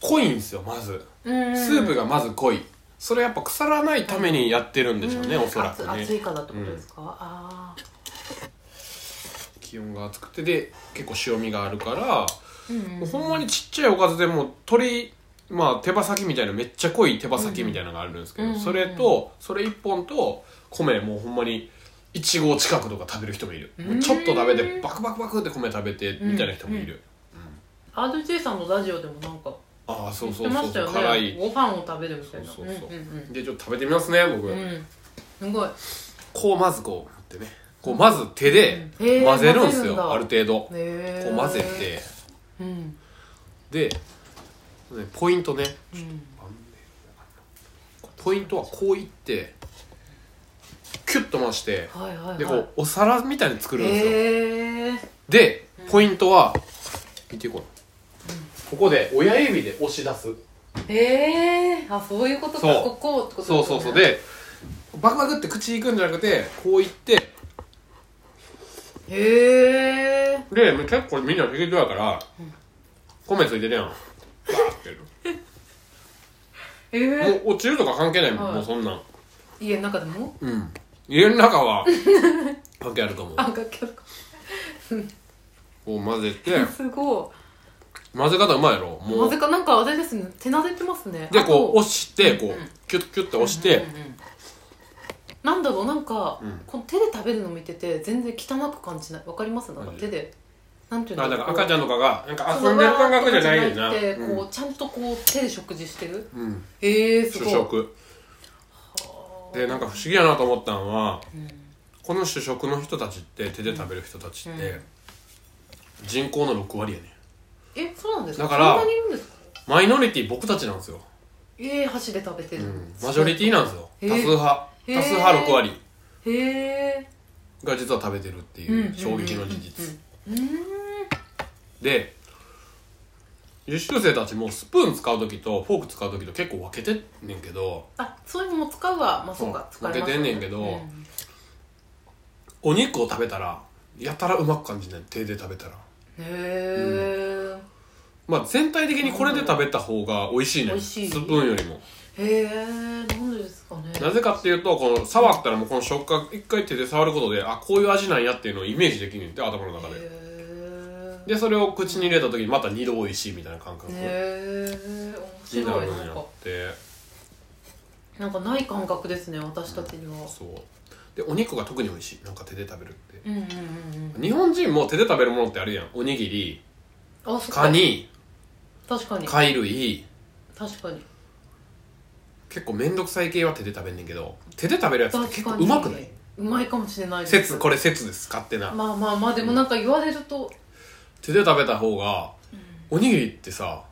Speaker 2: 濃いんですよまず
Speaker 1: うん
Speaker 2: スープがまず濃いそれやっぱ腐らないためにやってるんでしょうね
Speaker 1: うん
Speaker 2: おそらく
Speaker 1: 熱熱
Speaker 2: ね
Speaker 1: いからってことですか、ああ
Speaker 2: 気温が暑くてで結構塩味があるから
Speaker 1: うんうん
Speaker 2: もうほんまにちっちゃいおかずでもう鶏まあ手羽先みたいなめっちゃ濃い手羽先みたいなのがあるんですけど、
Speaker 1: うん
Speaker 2: それとそれ1本と米もうほんまに1合近くとか食べる人もいる、
Speaker 1: うん
Speaker 2: ちょっと食べてバクバクバクって米食べてみたいな人もいる、
Speaker 1: RJ さんのラジオでもなんか
Speaker 2: ああそ
Speaker 1: 言
Speaker 2: う
Speaker 1: っ
Speaker 2: そ
Speaker 1: て
Speaker 2: う
Speaker 1: ま
Speaker 2: そう
Speaker 1: したよ
Speaker 2: 辛い
Speaker 1: ねご飯を食べるみたいな
Speaker 2: そうそうそうん
Speaker 1: ん
Speaker 2: でちょっと食べてみますね僕、
Speaker 1: うんうんすごい
Speaker 2: こうまずこうってねこうまず手で
Speaker 1: うんへー
Speaker 2: 混ぜるんです
Speaker 1: 混ぜる
Speaker 2: よ、
Speaker 1: んだ
Speaker 2: ある程度こ
Speaker 1: へー
Speaker 2: う混ぜて
Speaker 1: うん
Speaker 2: でねポイントね
Speaker 1: うん
Speaker 2: ポイントはこういってキュッと回して
Speaker 1: はいはいはい
Speaker 2: でこうお皿みたいに作るんですよ
Speaker 1: へー
Speaker 2: でポイントは見てこれここで親指で押し出す
Speaker 1: へーあそういうことか
Speaker 2: そう
Speaker 1: ここってこと
Speaker 2: そうそうそうでバクバクって口いくんじゃなくてこういって
Speaker 1: へえ
Speaker 2: で結構みんな適当やから米ついてるやんバーってやる
Speaker 1: えー、
Speaker 2: もう落ちるとか関係ないもん、
Speaker 1: はい
Speaker 2: もうそんなん
Speaker 1: 家の中でも
Speaker 2: うん家の中は関係あるかも
Speaker 1: あ楽器あるか
Speaker 2: こう混ぜて
Speaker 1: すご
Speaker 2: 混ぜ方うまいやろ
Speaker 1: い
Speaker 2: も
Speaker 1: な
Speaker 2: う
Speaker 1: ぜかなんかあれですね手なでてますね
Speaker 2: でこう
Speaker 1: 押
Speaker 2: 押してこうキュッキュッて押して、
Speaker 1: なんだろうなんか、
Speaker 2: うん
Speaker 1: この手で食べるの見てて全然汚く感じないわかりますなんか手でなんていうの
Speaker 2: あだから赤ちゃんとかがなんか
Speaker 1: そ
Speaker 2: 遊
Speaker 1: うん
Speaker 2: でる感覚じゃないねんな
Speaker 1: わーってこう、
Speaker 2: う
Speaker 1: ちゃんとこう手で食事してる
Speaker 2: ん、うん、
Speaker 1: ええー、す
Speaker 2: 主
Speaker 1: ごい
Speaker 2: 食でなんか不思議やなと思ったのは
Speaker 1: うん
Speaker 2: この主食の人たちって手で食べる人たちって、
Speaker 1: うん
Speaker 2: 人口の6割やね
Speaker 1: えそうなんですか
Speaker 2: だから
Speaker 1: そんなにいるんですか
Speaker 2: マイノリティ僕たちなんですよ、
Speaker 1: ええー、箸で食べて
Speaker 2: う
Speaker 1: る、
Speaker 2: ん、マジョリティなんですよ
Speaker 1: へ
Speaker 2: 多
Speaker 1: ー
Speaker 2: 数派
Speaker 1: へー
Speaker 2: 多数派6割
Speaker 1: へえ
Speaker 2: が実は食べてるっていう衝撃の事実
Speaker 1: うん
Speaker 2: で優秀生たちもスプーン使う時とフォーク使う時と結構分けてんねんけど
Speaker 1: あそういうのも使うわまあそうか
Speaker 2: そ
Speaker 1: 使
Speaker 2: う
Speaker 1: いますよ
Speaker 2: 分けてんねんけどお肉を食べたらやたらうまく感じない手で食べたら
Speaker 1: へえ、
Speaker 2: まあ全体的にこれで食べた方が美味しいね
Speaker 1: 美
Speaker 2: ん
Speaker 1: 味しい
Speaker 2: スプーンよりも
Speaker 1: へえなんでですかね
Speaker 2: なぜかっていうとこの触ったらもうこの食感一回手で触ることであこういう味なんやっていうのをイメージできるんねんって頭の中で
Speaker 1: へえ
Speaker 2: でそれを口に入れた時にまた二度美味しいみたいな感覚になる
Speaker 1: へえ面
Speaker 2: ん
Speaker 1: 白いなん
Speaker 2: や
Speaker 1: か
Speaker 2: って
Speaker 1: なんかない感覚ですね私たちには
Speaker 2: そうでお肉が特に美味しいなんか手で食べるって
Speaker 1: うんうんうんうん
Speaker 2: 日本人も手で食べるものってあるやんおにぎり
Speaker 1: あそっか
Speaker 2: カニ
Speaker 1: 確かに
Speaker 2: 貝類
Speaker 1: 確かに
Speaker 2: 結構めんどくさい系は手で食べんねんけど手で食べるやつって
Speaker 1: 確
Speaker 2: 結構
Speaker 1: かに
Speaker 2: うまくないう
Speaker 1: まいかもしれないです
Speaker 2: 説これ説です勝手な、
Speaker 1: まあまあまあでもなんか言われると
Speaker 2: 手で食べた方がおにぎりってさ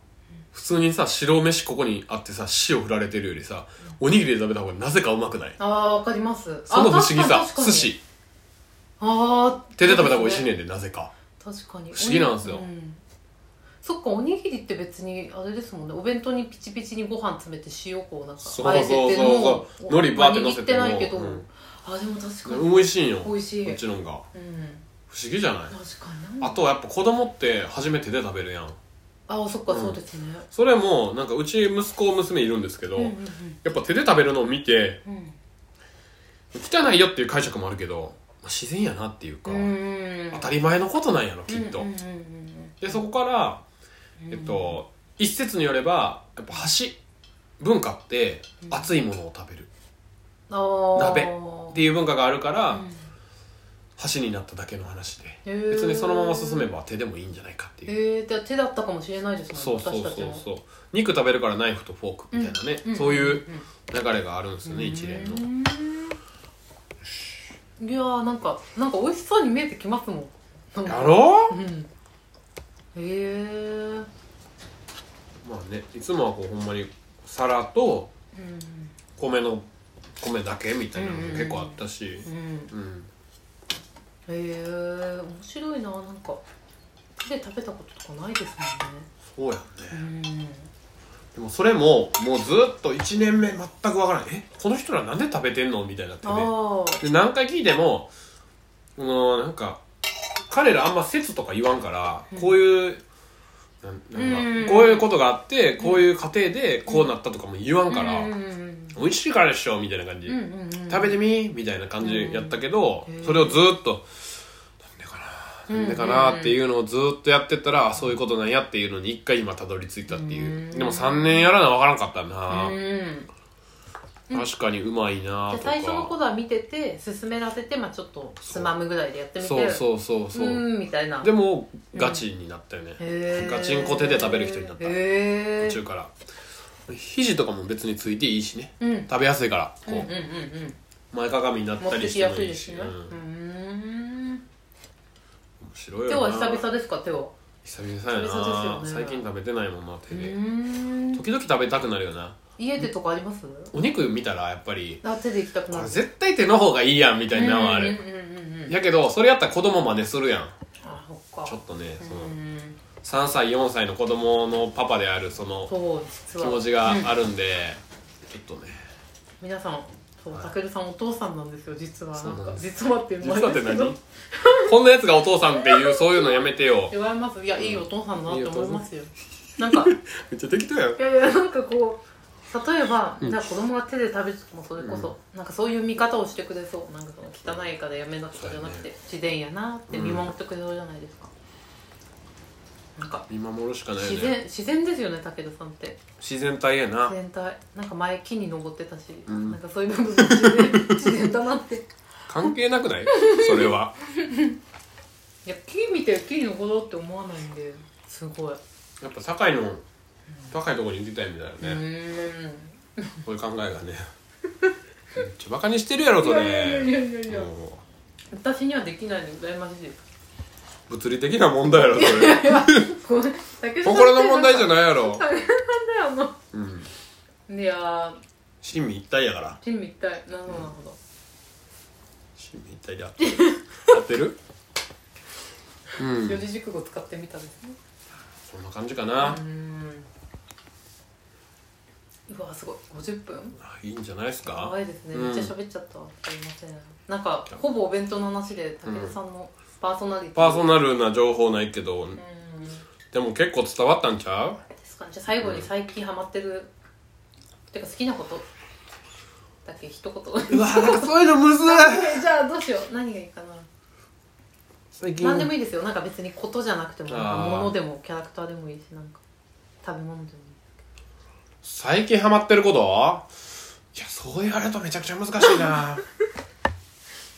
Speaker 2: 普通にさ白飯ここにあってさ塩振られてるよりさおにぎりで食べた方がなぜかうまくない
Speaker 1: ああわかります
Speaker 2: その不思議
Speaker 1: あ
Speaker 2: さ
Speaker 1: 確かに
Speaker 2: 寿司
Speaker 1: ああ
Speaker 2: 手で食べた方が美味しい
Speaker 1: ね
Speaker 2: ねんでなぜか
Speaker 1: 確かに
Speaker 2: 不思議なんですよ
Speaker 1: うそっかおにぎりって別にあれですもんねお弁当にピチピチにご飯詰めて塩こうなんか
Speaker 2: そう
Speaker 1: あえてて
Speaker 2: そうそうそう海苔バーって乗せても
Speaker 1: まあ握ないけど、
Speaker 2: うん
Speaker 1: あでも確かに
Speaker 2: 美味しいんよ
Speaker 1: 美
Speaker 2: こ
Speaker 1: 味しい
Speaker 2: っちのんが
Speaker 1: うん
Speaker 2: 不思議じゃない
Speaker 1: 確かに
Speaker 2: あとやっぱ子供って初めて手で食べるやん
Speaker 1: あそっかそうですね
Speaker 2: それもなんかうち息子娘いるんですけど、
Speaker 1: うんうん
Speaker 2: やっぱ手で食べるのを見て
Speaker 1: うん
Speaker 2: 汚いよっていう解釈もあるけどまあ自然やなっていうか、
Speaker 1: うん
Speaker 2: 当たり前のことなんやろきっと、
Speaker 1: うんうんうんうん
Speaker 2: でそこから、えっと、一説によればやっぱ箸文化って熱いものを食べる
Speaker 1: あー
Speaker 2: 鍋っていう文化があるから、
Speaker 1: うん
Speaker 2: 箸になっただけの話で
Speaker 1: へー
Speaker 2: 別にそのまま進めば手でもいいんじゃないかっていう、
Speaker 1: えー、じゃあ手だったかもしれないです
Speaker 2: そ
Speaker 1: も
Speaker 2: う
Speaker 1: ね
Speaker 2: んそう
Speaker 1: 私
Speaker 2: そ
Speaker 1: た
Speaker 2: う
Speaker 1: ちも
Speaker 2: そう肉食べるからナイフとフォークみたいなね、
Speaker 1: ん
Speaker 2: そういううん流れがあるんですよね、一連の
Speaker 1: いやーなんかなんか美味しそうに見えてきますもんなん
Speaker 2: や
Speaker 1: か
Speaker 2: ろ
Speaker 1: うんへえー
Speaker 2: まあねいつもはこうほんまに皿と
Speaker 1: うん
Speaker 2: 米の米だけみたいなのも結構あったし、
Speaker 1: うん
Speaker 2: うん
Speaker 1: へえー、面白いななんか手で食べたこととかないです
Speaker 2: そうやんね、
Speaker 1: もんね
Speaker 2: でもそれももうずっと1年目全くわからないえこの人らなんで食べてんのみたいになって
Speaker 1: うん
Speaker 2: ね
Speaker 1: あ
Speaker 2: で何回聞いてもこのなんか彼らあんま説とか言わんから、こういうなんなん
Speaker 1: うん
Speaker 2: かこういうことがあってこういう過程でこうなったとかも言わ
Speaker 1: あ
Speaker 2: んから、
Speaker 1: うんうん
Speaker 2: 美味しいからでしょみたいな感じ、
Speaker 1: うんうんうん
Speaker 2: 食べてみみたいな感じやったけど、
Speaker 1: うん
Speaker 2: それをずっとなんでかななんでかなっていうのをずっとやってったら、あそういうことなんやっていうのに一回今たどり着いたっていう、
Speaker 1: うん
Speaker 2: でも3年やらな分からんかったな、
Speaker 1: うん
Speaker 2: 確かにうまいな
Speaker 1: じゃあ
Speaker 2: とか
Speaker 1: 最初の頃は見てて進めらせて、まあ、ちょっとつまむぐらいでやってみて
Speaker 2: そうそうそうそう、
Speaker 1: ーんみたいな
Speaker 2: でもガチになったよね、
Speaker 1: へー
Speaker 2: ガチンコ手で食べる人になった
Speaker 1: へー
Speaker 2: 途中から肘とかも別についていいしね
Speaker 1: うんうん
Speaker 2: 食べやすいからこう、
Speaker 1: うんうん
Speaker 2: 前かがみになっ
Speaker 1: 持った
Speaker 2: り
Speaker 1: て
Speaker 2: し
Speaker 1: き
Speaker 2: て
Speaker 1: や
Speaker 2: も
Speaker 1: すい
Speaker 2: い
Speaker 1: で
Speaker 2: い
Speaker 1: す
Speaker 2: し、
Speaker 1: ね
Speaker 2: う、
Speaker 1: うんーん
Speaker 2: 面白いよ
Speaker 1: 手
Speaker 2: な
Speaker 1: は久々ですか手は
Speaker 2: 久々やな
Speaker 1: 久々ですよね
Speaker 2: 最近食べてないもんな手
Speaker 1: う
Speaker 2: で、
Speaker 1: ーん
Speaker 2: 時々食べたくなるよな
Speaker 1: 家でとかあります
Speaker 2: お肉見たらやっぱり
Speaker 1: あ手で行きたく
Speaker 2: こ
Speaker 1: な
Speaker 2: れ
Speaker 1: る
Speaker 2: 絶対手の方がいいやんみたいなのはあ
Speaker 1: うん
Speaker 2: る
Speaker 1: うんうんうん
Speaker 2: やけどそれやったら子供真似するやん
Speaker 1: あそっか
Speaker 2: ちょっとね
Speaker 1: う
Speaker 2: そ
Speaker 1: ー
Speaker 2: の
Speaker 1: ん
Speaker 2: 3歳4歳の子供のパパであるその
Speaker 1: そう実
Speaker 2: 気
Speaker 1: は
Speaker 2: 持ちがあるんで、ちょっとね
Speaker 1: 皆さんそうたけるさんお父さんなんですよ実はな
Speaker 2: そ
Speaker 1: ん
Speaker 2: うな
Speaker 1: か
Speaker 2: んで
Speaker 1: 実はっていう
Speaker 2: 実
Speaker 1: のもあ
Speaker 2: は
Speaker 1: れ
Speaker 2: っ
Speaker 1: です
Speaker 2: て
Speaker 1: け
Speaker 2: 何
Speaker 1: ど
Speaker 2: <laughs> こんなやつがお父さんっていうそういうのやめてよ
Speaker 1: 言われますいやいいお父さんだなって思いますよなんか
Speaker 2: めっちゃ適当や
Speaker 1: い
Speaker 2: ん
Speaker 1: やいやなんかこう例えば、じゃあ子供が手で食べてもそれこそ、なんかそういう見方をしてくれそうなんかその汚いからやめなくちゃじゃなくて、自然やなって見守ってくれそうじゃないですか、なんか
Speaker 2: 見守るしかないよ
Speaker 1: 自
Speaker 2: ね
Speaker 1: 然、自然ですよね武田さんって
Speaker 2: 自然体やな
Speaker 1: 全体なんか前木に登ってたし、
Speaker 2: ん
Speaker 1: なんかそういう部分自然自然だな <laughs> ってい
Speaker 2: 関係なくないそれは
Speaker 1: や木見て木に登ろうって思わないんですごい
Speaker 2: やっぱ高いの高いところに行きたいみたいなね、
Speaker 1: うーん
Speaker 2: こういう考えがねめっちゃバカにしてるやろそ
Speaker 1: いやい
Speaker 2: れ
Speaker 1: やいやいや
Speaker 2: も
Speaker 1: 私にはできないの羨ましい <laughs> です
Speaker 2: う物理的な問題やろそれ
Speaker 1: これ武田さんって
Speaker 2: 心の問題じゃ
Speaker 1: い
Speaker 2: ないやろ、
Speaker 1: 大変なんだよあの
Speaker 2: うん、
Speaker 1: いやー、
Speaker 2: 親身一体やから
Speaker 1: チーム一体、なるほど、なるほど。
Speaker 2: 親身一体で合ってる合ってるうん
Speaker 1: 四字熟語使ってみたですね。
Speaker 2: そんな感じか
Speaker 1: う
Speaker 2: な、
Speaker 1: ーん。うわ、すごい、五十分。
Speaker 2: あいいんじゃないです
Speaker 1: や
Speaker 2: か
Speaker 1: ばいですね、
Speaker 2: うん
Speaker 1: めっちゃ喋っちゃったわ。すいません。なんか、ほぼお弁当の話で、武田さんのパーソナリティ。
Speaker 2: パーソ
Speaker 1: ナ。
Speaker 2: ナルな情報ないけど、
Speaker 1: うん。
Speaker 2: でも結構伝わったんちゃう
Speaker 1: ですかね、じゃ、最後に最近ハマってる。てか、好きなこと。だけ一 <laughs> 言。
Speaker 2: わなんかそういうのむずい
Speaker 1: じゃあ、どうしよう、何がいいかな。
Speaker 2: 最近
Speaker 1: 何でもいいですよなんか別にことじゃなくても
Speaker 2: あー
Speaker 1: 物でもキャラクターでもいいしなんか食べ物でも
Speaker 2: 最近ハマってることいやそう言われるとめちゃくちゃ難しいな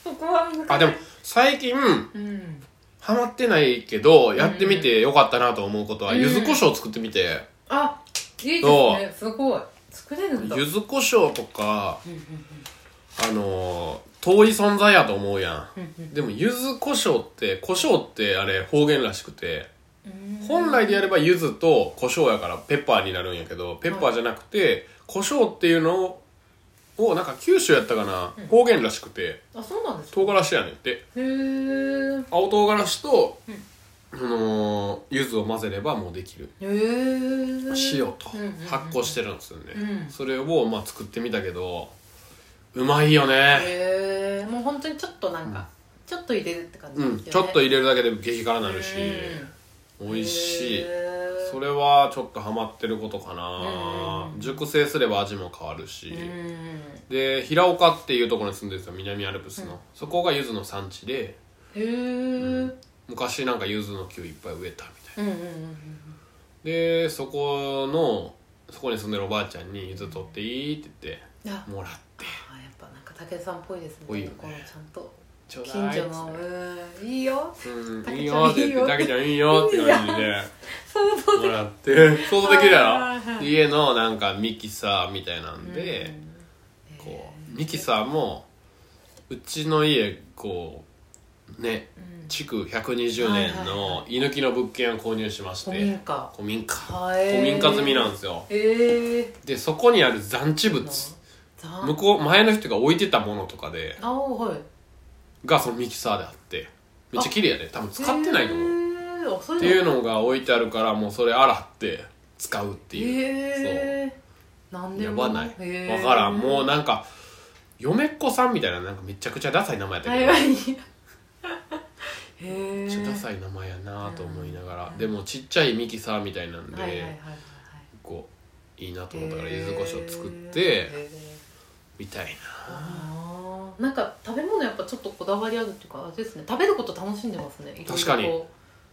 Speaker 1: そこは難しい
Speaker 2: あでも最近
Speaker 1: うん
Speaker 2: ハマってないけど、やってみてよかったなと思うことは、
Speaker 1: うん
Speaker 2: 柚子胡椒作ってみて、
Speaker 1: あいいですねすごい作れるんだ
Speaker 2: 柚子胡椒とか、
Speaker 1: うんうん
Speaker 2: あのー遠い存在やと思うや
Speaker 1: うんうん
Speaker 2: ん。でも、柚子胡椒って、胡椒ってあれ方言らしくて、
Speaker 1: うん
Speaker 2: 本来でやれば柚子と胡椒やからペッパーになるんやけど、ペッパーじゃなくて、胡椒っていうのを、をなんか九州やったかな、方言らしくて、
Speaker 1: あそうなんですか
Speaker 2: 唐辛子やねんって。
Speaker 1: へー
Speaker 2: 青唐辛子と、あのー柚子を混ぜればもうできる。
Speaker 1: へー
Speaker 2: 塩と
Speaker 1: うんうんうん
Speaker 2: 発酵してるんですよね、
Speaker 1: うん
Speaker 2: それをまあ作ってみたけどうまいよね
Speaker 1: へーもう本当にちょっとなんかちょっと入れるって感じ
Speaker 2: う
Speaker 1: です
Speaker 2: ん
Speaker 1: よね
Speaker 2: ちょっと入れるだけで激辛になるし
Speaker 1: うん
Speaker 2: 美味しい
Speaker 1: へー
Speaker 2: それはちょっとハマってることかな
Speaker 1: う、ん
Speaker 2: 熟成すれば味も変わるし、
Speaker 1: うん
Speaker 2: で平岡っていうところに住んでるんですよ南アルプスの、そこが柚子の産地で
Speaker 1: へー
Speaker 2: 昔なんか柚子の木をいっぱい植えたみたいな
Speaker 1: うんうんうん
Speaker 2: でそこのそこに住んでるおばあちゃんに「柚子取っていい?」って言っ
Speaker 1: うんあ
Speaker 2: てもらって
Speaker 1: あやっぱなんか武田さんっぽいですね
Speaker 2: ぽいよね
Speaker 1: このちゃんと
Speaker 2: 「ちょう
Speaker 1: 近
Speaker 2: だい」っ
Speaker 1: 所
Speaker 2: つ
Speaker 1: の
Speaker 2: っ
Speaker 1: うんいいよ
Speaker 2: て「うんいいよ」って言って「だけちゃんいいよ」って感じで
Speaker 1: 想像
Speaker 2: もらって想像できるや
Speaker 1: はいはいは
Speaker 2: ろ
Speaker 1: い
Speaker 2: 家のなんかミキサーみたいなんで、
Speaker 1: うん
Speaker 2: こうミキサーもうちの家こうね
Speaker 1: うん
Speaker 2: 築120年の居抜きの物件を購入しまして
Speaker 1: 古民家
Speaker 2: 古民家
Speaker 1: はえー
Speaker 2: 古民家済みなんですよ
Speaker 1: ええ
Speaker 2: でそこにある残地物向
Speaker 1: 向こ
Speaker 2: こう前の人が置いてたものとかで
Speaker 1: あおはい
Speaker 2: がそのミキサーであってめっちゃ綺麗やで多分使ってないと思う
Speaker 1: うあそう
Speaker 2: っていう
Speaker 1: のっ
Speaker 2: のが置いてあるからもうそれ洗って使うって
Speaker 1: て
Speaker 2: いう
Speaker 1: えー、なんで
Speaker 2: や
Speaker 1: も
Speaker 2: ばない、
Speaker 1: へ
Speaker 2: わ
Speaker 1: ー
Speaker 2: からんもうなんか嫁っ子さんみたいななんかめちゃくちゃダサい名前やった
Speaker 1: は
Speaker 2: け
Speaker 1: い
Speaker 2: ど
Speaker 1: はい
Speaker 2: め
Speaker 1: へえ
Speaker 2: っちゃダサい名前やなと思いながら、でもちっちゃいミキサーみたいなんで、
Speaker 1: はいはいはいはいはい
Speaker 2: こういいなと思ったから柚子胡椒作っ
Speaker 1: へ
Speaker 2: て
Speaker 1: ー
Speaker 2: みたい
Speaker 1: あーなんか食べ物やっぱちょっとこだわりあるっていうかあれですね食べること楽しんでますね
Speaker 2: 確かに
Speaker 1: いろいろこ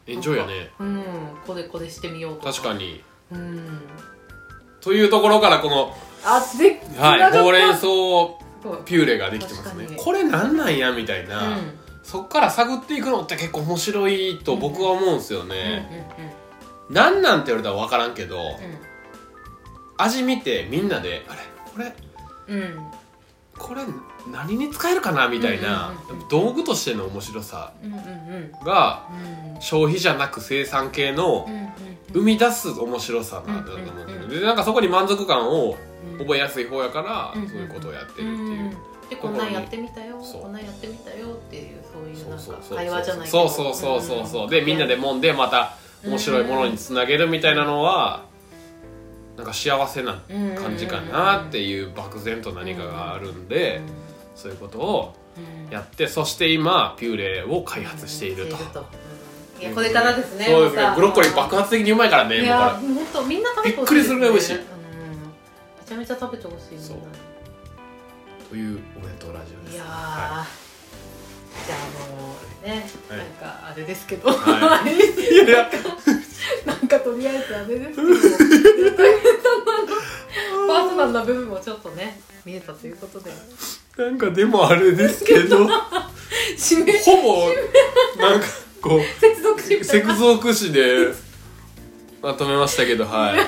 Speaker 2: なエンジョイやね
Speaker 1: ううんこれこれしてみようとか
Speaker 2: 確かに
Speaker 1: うん
Speaker 2: というところからこの、
Speaker 1: あで
Speaker 2: はい、ほうれん
Speaker 1: す
Speaker 2: 草
Speaker 1: ごい
Speaker 2: ピューレができてます
Speaker 1: 確
Speaker 2: ね
Speaker 1: かに
Speaker 2: これなんなんやみたいな、
Speaker 1: うん
Speaker 2: そっから探っていくのって結構面白いと僕は思うんですよ
Speaker 1: うんうん
Speaker 2: ね、なんなんて言われたら分からんけど、味見てみんなで「あれこれ
Speaker 1: うんうんうん
Speaker 2: これ何に使えるかな?」みたい
Speaker 1: う
Speaker 2: な、
Speaker 1: んうんうんうん
Speaker 2: 道具としての面白さ
Speaker 1: うんうんうん
Speaker 2: が
Speaker 1: うん
Speaker 2: 消費じゃなく生産系の
Speaker 1: うん
Speaker 2: 生み出す面白さなんだと思うんですよねでなんかそこに満足感を
Speaker 1: うん
Speaker 2: 覚えやすい方やから、
Speaker 1: うん
Speaker 2: そういうことをやって
Speaker 1: う
Speaker 2: るってい
Speaker 1: ん
Speaker 2: う、
Speaker 1: でこんなんやってみたよ
Speaker 2: そう
Speaker 1: こんなんやってみたよっていうそういうなん
Speaker 2: そう
Speaker 1: か
Speaker 2: そうそう
Speaker 1: 会話じゃないけ
Speaker 2: そ
Speaker 1: ど
Speaker 2: うそうそうそうそうでみんなで揉んでまた面白いものにつなげるみたいなのはなんか幸せな感じかなっていう漠然と何かがあるんでそういうことをやってそして今ピューレを開発していると
Speaker 1: うんうんいやこれからですね
Speaker 2: そうですね
Speaker 1: また
Speaker 2: ブロッコリー爆発的にうまいからね
Speaker 1: い
Speaker 2: もう
Speaker 1: や
Speaker 2: こ
Speaker 1: 本当みんな食べてほしい
Speaker 2: びっくりするぐらい美味しい
Speaker 1: うんめちゃめちゃ食べてほしいみん
Speaker 2: そう
Speaker 1: な
Speaker 2: れという俺とラジオで
Speaker 1: い
Speaker 2: す
Speaker 1: やー、
Speaker 2: は
Speaker 1: じゃあもうね、
Speaker 2: はい
Speaker 1: なんかあれですけど、
Speaker 2: は
Speaker 1: <laughs>
Speaker 2: いや
Speaker 1: なんかとりあえずあ <laughs> れですけど全体のパーソナルな部分もちょっとね見えたということで
Speaker 2: なんかでもあれですけ
Speaker 1: <laughs>
Speaker 2: どほ
Speaker 1: 締め
Speaker 2: ぼなんかこう
Speaker 1: 接続しみた
Speaker 2: セ
Speaker 1: いな
Speaker 2: クゾーク詞でまとめましたけどはい
Speaker 1: いや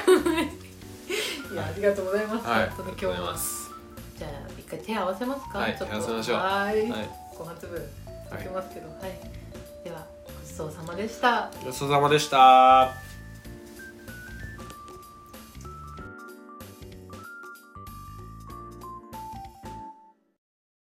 Speaker 1: あり <laughs> がとうございます、
Speaker 2: はい
Speaker 1: 本当に今日
Speaker 2: 思い
Speaker 1: は
Speaker 2: ます
Speaker 1: じゃあ一回手合わせますか、
Speaker 2: はい
Speaker 1: ちょっと
Speaker 2: 手合わせましょう
Speaker 1: は
Speaker 2: は
Speaker 1: ー
Speaker 2: い
Speaker 1: い
Speaker 2: はい
Speaker 1: ご発分いきますけどはい、ではごちそうさまでした
Speaker 2: ごちそうさまでした